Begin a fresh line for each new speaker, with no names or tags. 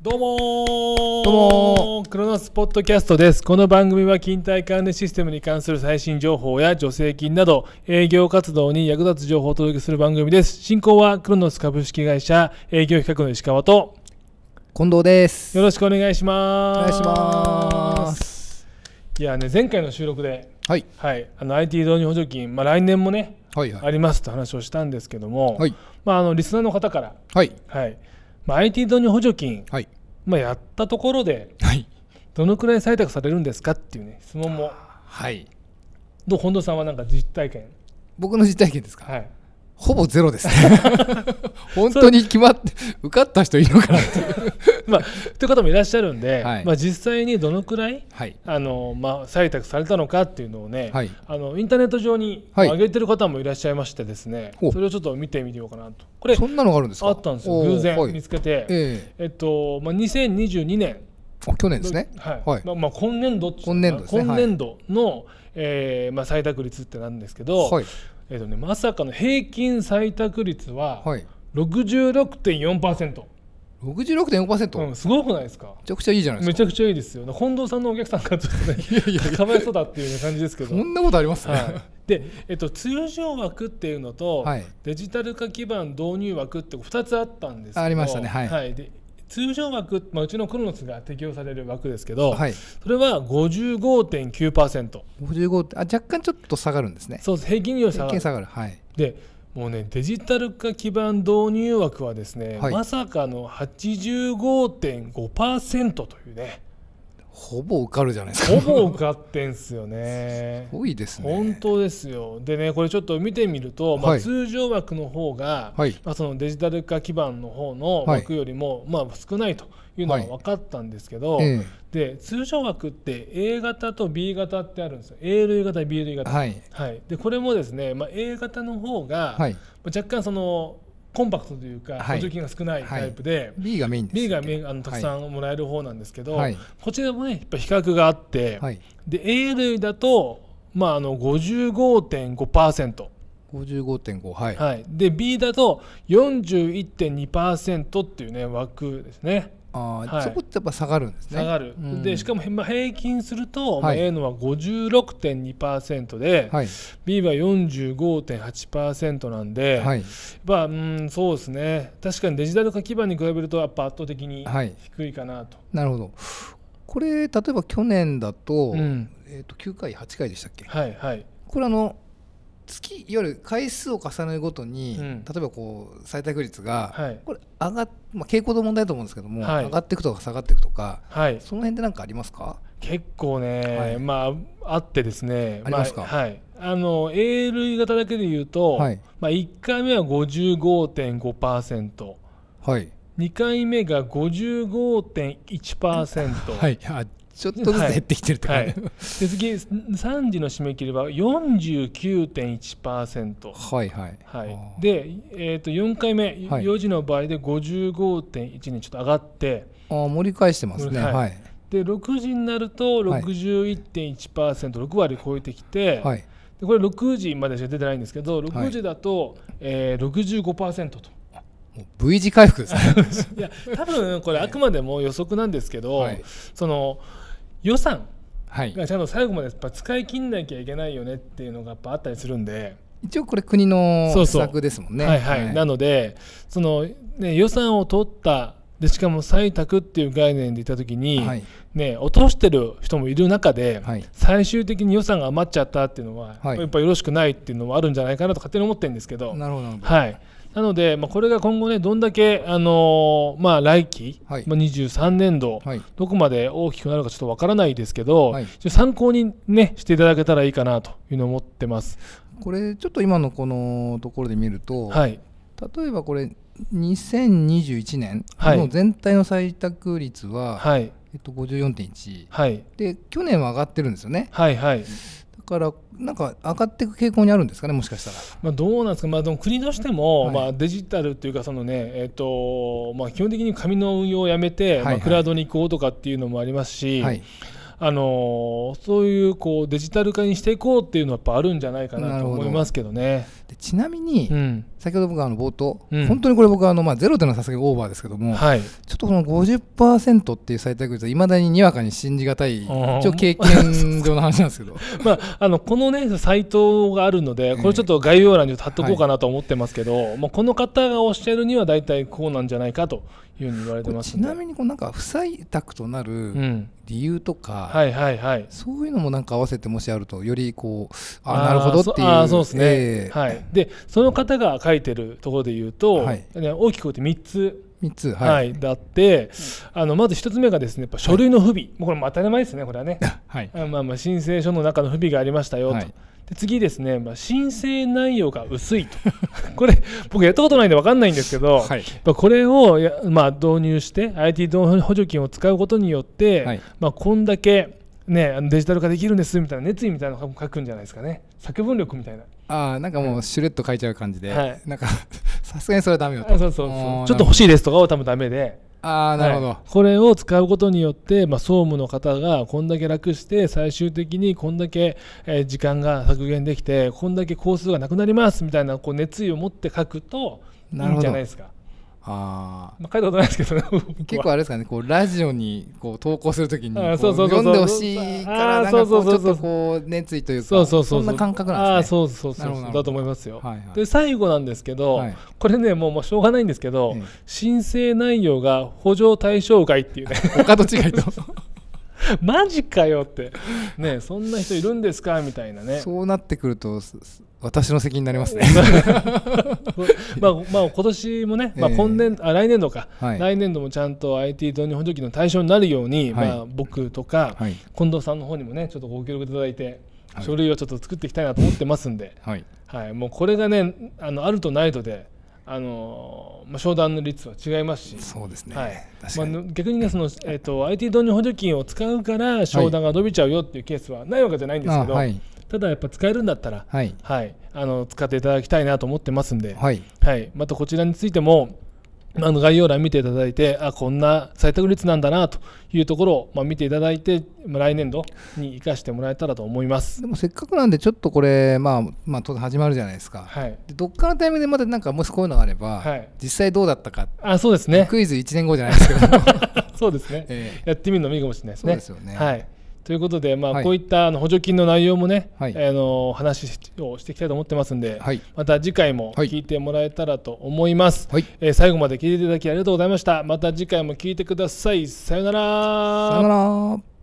どうもー
どうも
クロノスポッドキャストですこの番組は勤怠管理システムに関する最新情報や助成金など営業活動に役立つ情報をお届けする番組です進行はクロノス株式会社営業企画の石川と
近藤です。
よろしくお願いします
お願いします。
いやね前回の収録で
はい。
はいあの IT 導入補助金まあ来年もね
はい
あ
はい。
りますと話をしたんですけども、
はい。
まああのリスナーの方から
はい。
はい、まあ、IT 導入補助金
はい。
まあやったところで
はい。
どのくらい採択されるんですかっていうね質問も
はい。
どう近藤さんはなんか実体験
僕の実体験ですか、
はい
ほぼゼロですね。 本当に決まって、受かった人いるのかなっていう。
まあという方もいらっしゃるんで、
はい
まあ、実際にどのくらい
はい。
あの、まあ、採択されたのかっていうのをね、
はい
あのインターネット上に
はい
上げてる方もいらっしゃいましてですね、
ほう
それをちょっと見てみようかなとこれ
そんなのがあるんですか
あったんですよ
おー
偶然
はい
見つけて、
え
えっとまあ、2022年
えあ、去年ですね。
はい
はい
まあ、まあ今年度っていうのかな
今年度ですね
今年度の、えーまあ、採択率ってなんですけど、
はい。
えっとね、まさかの平均採択率は
はい。
66.4%、
66.4%、
う
め
ん、すごくないですか
ちゃくちゃいいじゃないで
め
す
ち
か。
ゃくちゃいいですよ近藤さんのお客さんからちょっとね
いやいや
かわいそうだっていうね感じですけど
そ、んなことありますね。
はい、で、えっと、通常枠っていうのと、
はい
デジタル化基盤導入枠って2つあったんですけど
ありましたねはい
で通常枠、まあ、うちのクロノスが適用される枠ですけど、
はい。
それは55.9%、
55ってあ、若干ちょっと下がるんですね。
そうです平均利用者
一
が
見下がる。はい。
でもうねデジタル化基盤導入枠はですね、
はい
まさかの85.5%というね
ほぼ受かるじゃないですか。。
ほぼ受かってんすよね
多いですね。
本当ですよでねこれちょっと見てみると、まあ
はい
通常枠の方が、
はい
まあ、そのデジタル化基盤の方の
はい
枠よりも、まあ、少ないというのは分かったんですけど、
え
で通常枠って A 型と B 型ってあるんですよ A 類型 B 類
え
型、
はい。
はい、でこれもですね、まあ、A 型の方が、
はい。
若干そのコンパクトというか
は
補
い
助金が少ないタイプで、
B がメインです。
B がめあのたくさ
ん。
んもらえる方なんですけど、
はい
こちらもねやっぱ比較があって、
はい。
で A 類だと、まあ、あの55.5%、
55.5はい、
はい、で B だと41.2%っていうね枠ですね
あー
はい
そこってやっぱ下がるんですね
下がる、
うん
でしかも、まあ、平均すると、まあ、
はい
A のは56.2%で、
はい
B は45.8%なんで、
はい
まあ、うん、そうですね。確かにデジタル化基盤に比べると、やっぱ圧倒的に
はい
低いかなと。
なるほどこれ例えば去年だと,、
うん。
えー、と9回8回でしたっけ
はい、はい。
これあの月いわゆる回数を重ねるごとに、
うん
例えばこう採択率が、
はい。
これ上がっ、まあ、傾向の問題だと思うんですけども、
はい
上がっていくとか下がっていくとか
はい。
その辺で何かありますか
結構ね、
はい
まあ、あってですね。
ありますか
あはい。あの、A 類型だけで言うと、
はい
まあ、1回目は55.5%。
はい
2回目が55.1%、
はいあちょっとずつ減ってきてるって
は
感
い、
じ
で次3時の締め切りは49.1%、
はいはい
はい、
で
で、えー、と4回目、
はい
4時の場合で55.1にちょっと上がって
あー盛り返してますね
はい
はい
で6時になると
はい
61.1%、6割超えてきて、
はい
でこれ6時までしか出てないんですけど6時だと、えー、65%と
もう V 字回復で すね
いや多分これあくまでも予測なんですけど、
はい
その予算
はい
がちゃんと最後までやっぱ使い切んなきゃいけないよねっていうのがやっぱあったりするんで。
一応これ国の
そう
施
そう
策ですもんね。
はいはい、なのでその、ね、予算を取ったでしかも採択っていう概念でいた時に、
はい
ね、落としてる人もいる中で、
はい
最終的に予算が余っちゃったっていうのは、
はい
やっぱよろしくないっていうのもあるんじゃないかなと勝手に思ってるんですけど。
なるほどなるほど。
はいなので、まあ、これが今後ね、どんだけ、あのーまあ、来期、
はい
まあ、23年度、
はい
どこまで大きくなるかちょっとわからないですけど、
はい
ちょっと参考に、ね、していただけたらいいかなというのを思ってます。
これちょっと今のこのところで見ると、
はい、
例えばこれ2021年
はい
の全体の採択率は、
はい、
えっと、54.1
はい、
で去年は上がってるんですよね
はい、はい。
だからなんか上がっていく傾向にあるんですかねもしかしたら
まあ、どうなんですか、まあ、でも国としても、
はい
まあ、デジタルというかその、ねえっとまあ、基本的に紙の運用をやめて、
いはい
まあ、クラウドに行こうとかっていうのもありますし、
はい
あのーそういうこうデジタル化にしていこうっていうのはやっぱあるんじゃないかな
な
と
るほど
思いますけどね。
でちなみに、
うん、
先ほど僕はあの冒頭、
うん
本当にこれ僕はあの、まあ、ゼロというのはさすがにオーバーですけども、
はい。
ちょっとこの50%っていう最多確率はいまだににわかに信じがたい一
ー
応経験上の話なんですけ ど
まあ、あのこのねサイトがあるのでこれちょっと概要欄に貼っとこうかなと思ってますけど、もうこの方がおっしゃるには大体こうなんじゃないかというふうに言われて
これ
ます
ち
んで
なみにこうなんか不採択とな
う
る
ん、
理由とか、
はいはいはい
そういうのもなんか合わせてもしあるとよりこうあなるほどっていう
あーそあーそうです
え
ね、
え
はい、でその方が書いてるところで言うと、
はい
ね大きく言って3つ、
三つ
はい
はい、
だってあのまず1つ目がですねやっぱ書類の不備、もうこれも当たり前ですねこれは ね
はい
あまあまあ申請書の中の不備がありましたよと、
はい
で次ですね、まあ、申請内容が薄いとこれ僕やったことないんで分かんないんですけど、
はい
まあこれをや、まあ、導入して IT 補助金を使うことによって、
はい
まあ、こんだけ、ね、あのデジタル化できるんですみたいな熱意みたいなのを書くんじゃないですかね作文力みたいな
あーなんかもうシュレッと書いちゃう感じで、
はい
なんか さすがにそれはダメよと
あそうそう
あ
そ
ー
うちょっと欲しいですとかは多分ダメで。
ああなるほど、
はいこれを使うことによって、まあ、総務の方がこんだけ楽して最終的にこんだけ、えー時間が削減できてこんだけ工数がなくなりますみたいなこう熱意を持って書くといい
なる
ん
ほ
じ
ど
ゃないですか、
あ
まあ、書いたことないですけどね
ー結構あれですかねこうラジオにこう投稿するときに
あ
こ
ー
う
そうそうそうそう
読んでほしいから
あー
なんかこうち
そう
ょ
そうそうそ
っ
う
とこう熱意というか
そうそうそうう
そんな感覚
あ
な
あ
んですね
そうそうそう
なる
そう
ほどなるほど
だと思いますよ、
はいはい
で最後なんですけど、
はい
これねもうもうしょうがないんですけど、
ええ
申請内容が補助対象外っていうね
他と違いと
マジかよってねそんな人いるんですかみたいな ね
そうなってくるとすす私の責任になりますね
まあ、まあ今年もね、まあ
ええ
今年あ来年度か、
はい
来年度もちゃんと IT 導入補助金の対象になるように、
はい
まあ、僕とか、
はい
近藤さんの方にもねちょっとご協力いただいて、
はい
書類をちょっと作っていきたいなと思ってますんで、
はい
はい、もうこれがねあのあるとないとで、あのまあ、商談の率は違いますし。
そうですね、
はい
確
ま
か
あ
に、、
逆にねその、えっと IT 導入補助金を使うから商談が伸びちゃうよっていうケースはないわけじゃないんですけど、
あはい
ただやっぱ使えるんだったら、
はい
はい、あの使っていただきたいなと思ってますんで、
はい
はい、またこちらについてもあの概要欄見ていただいてあこんな採択率なんだなというところを、まあ、見ていただいて、まあ、来年度に生かしてもらえたらと思います。
でもせっかくなんでちょっとこれまあまあ当然始まるじゃないですか、
はい、
でどっかのタイミングでまたなんかもしこういうのがあれば、
はい
実際どうだったか、
あそうです ね
クイズ1年後じゃないですけ ど
そうですね、
え
やってみるのもいいかもしれないですね。
そうですよね
はいということで、ま
は
あ、
い
こういったあの補助金の内容もね、
はい
あの話をしていきたいと思ってますんで、
はい
また次回も
はい
聞いてもらえたらと思います、
はい
えー最後まで聞いていただきありがとうございましたまた次回も聞いてくださいさよう
さよなら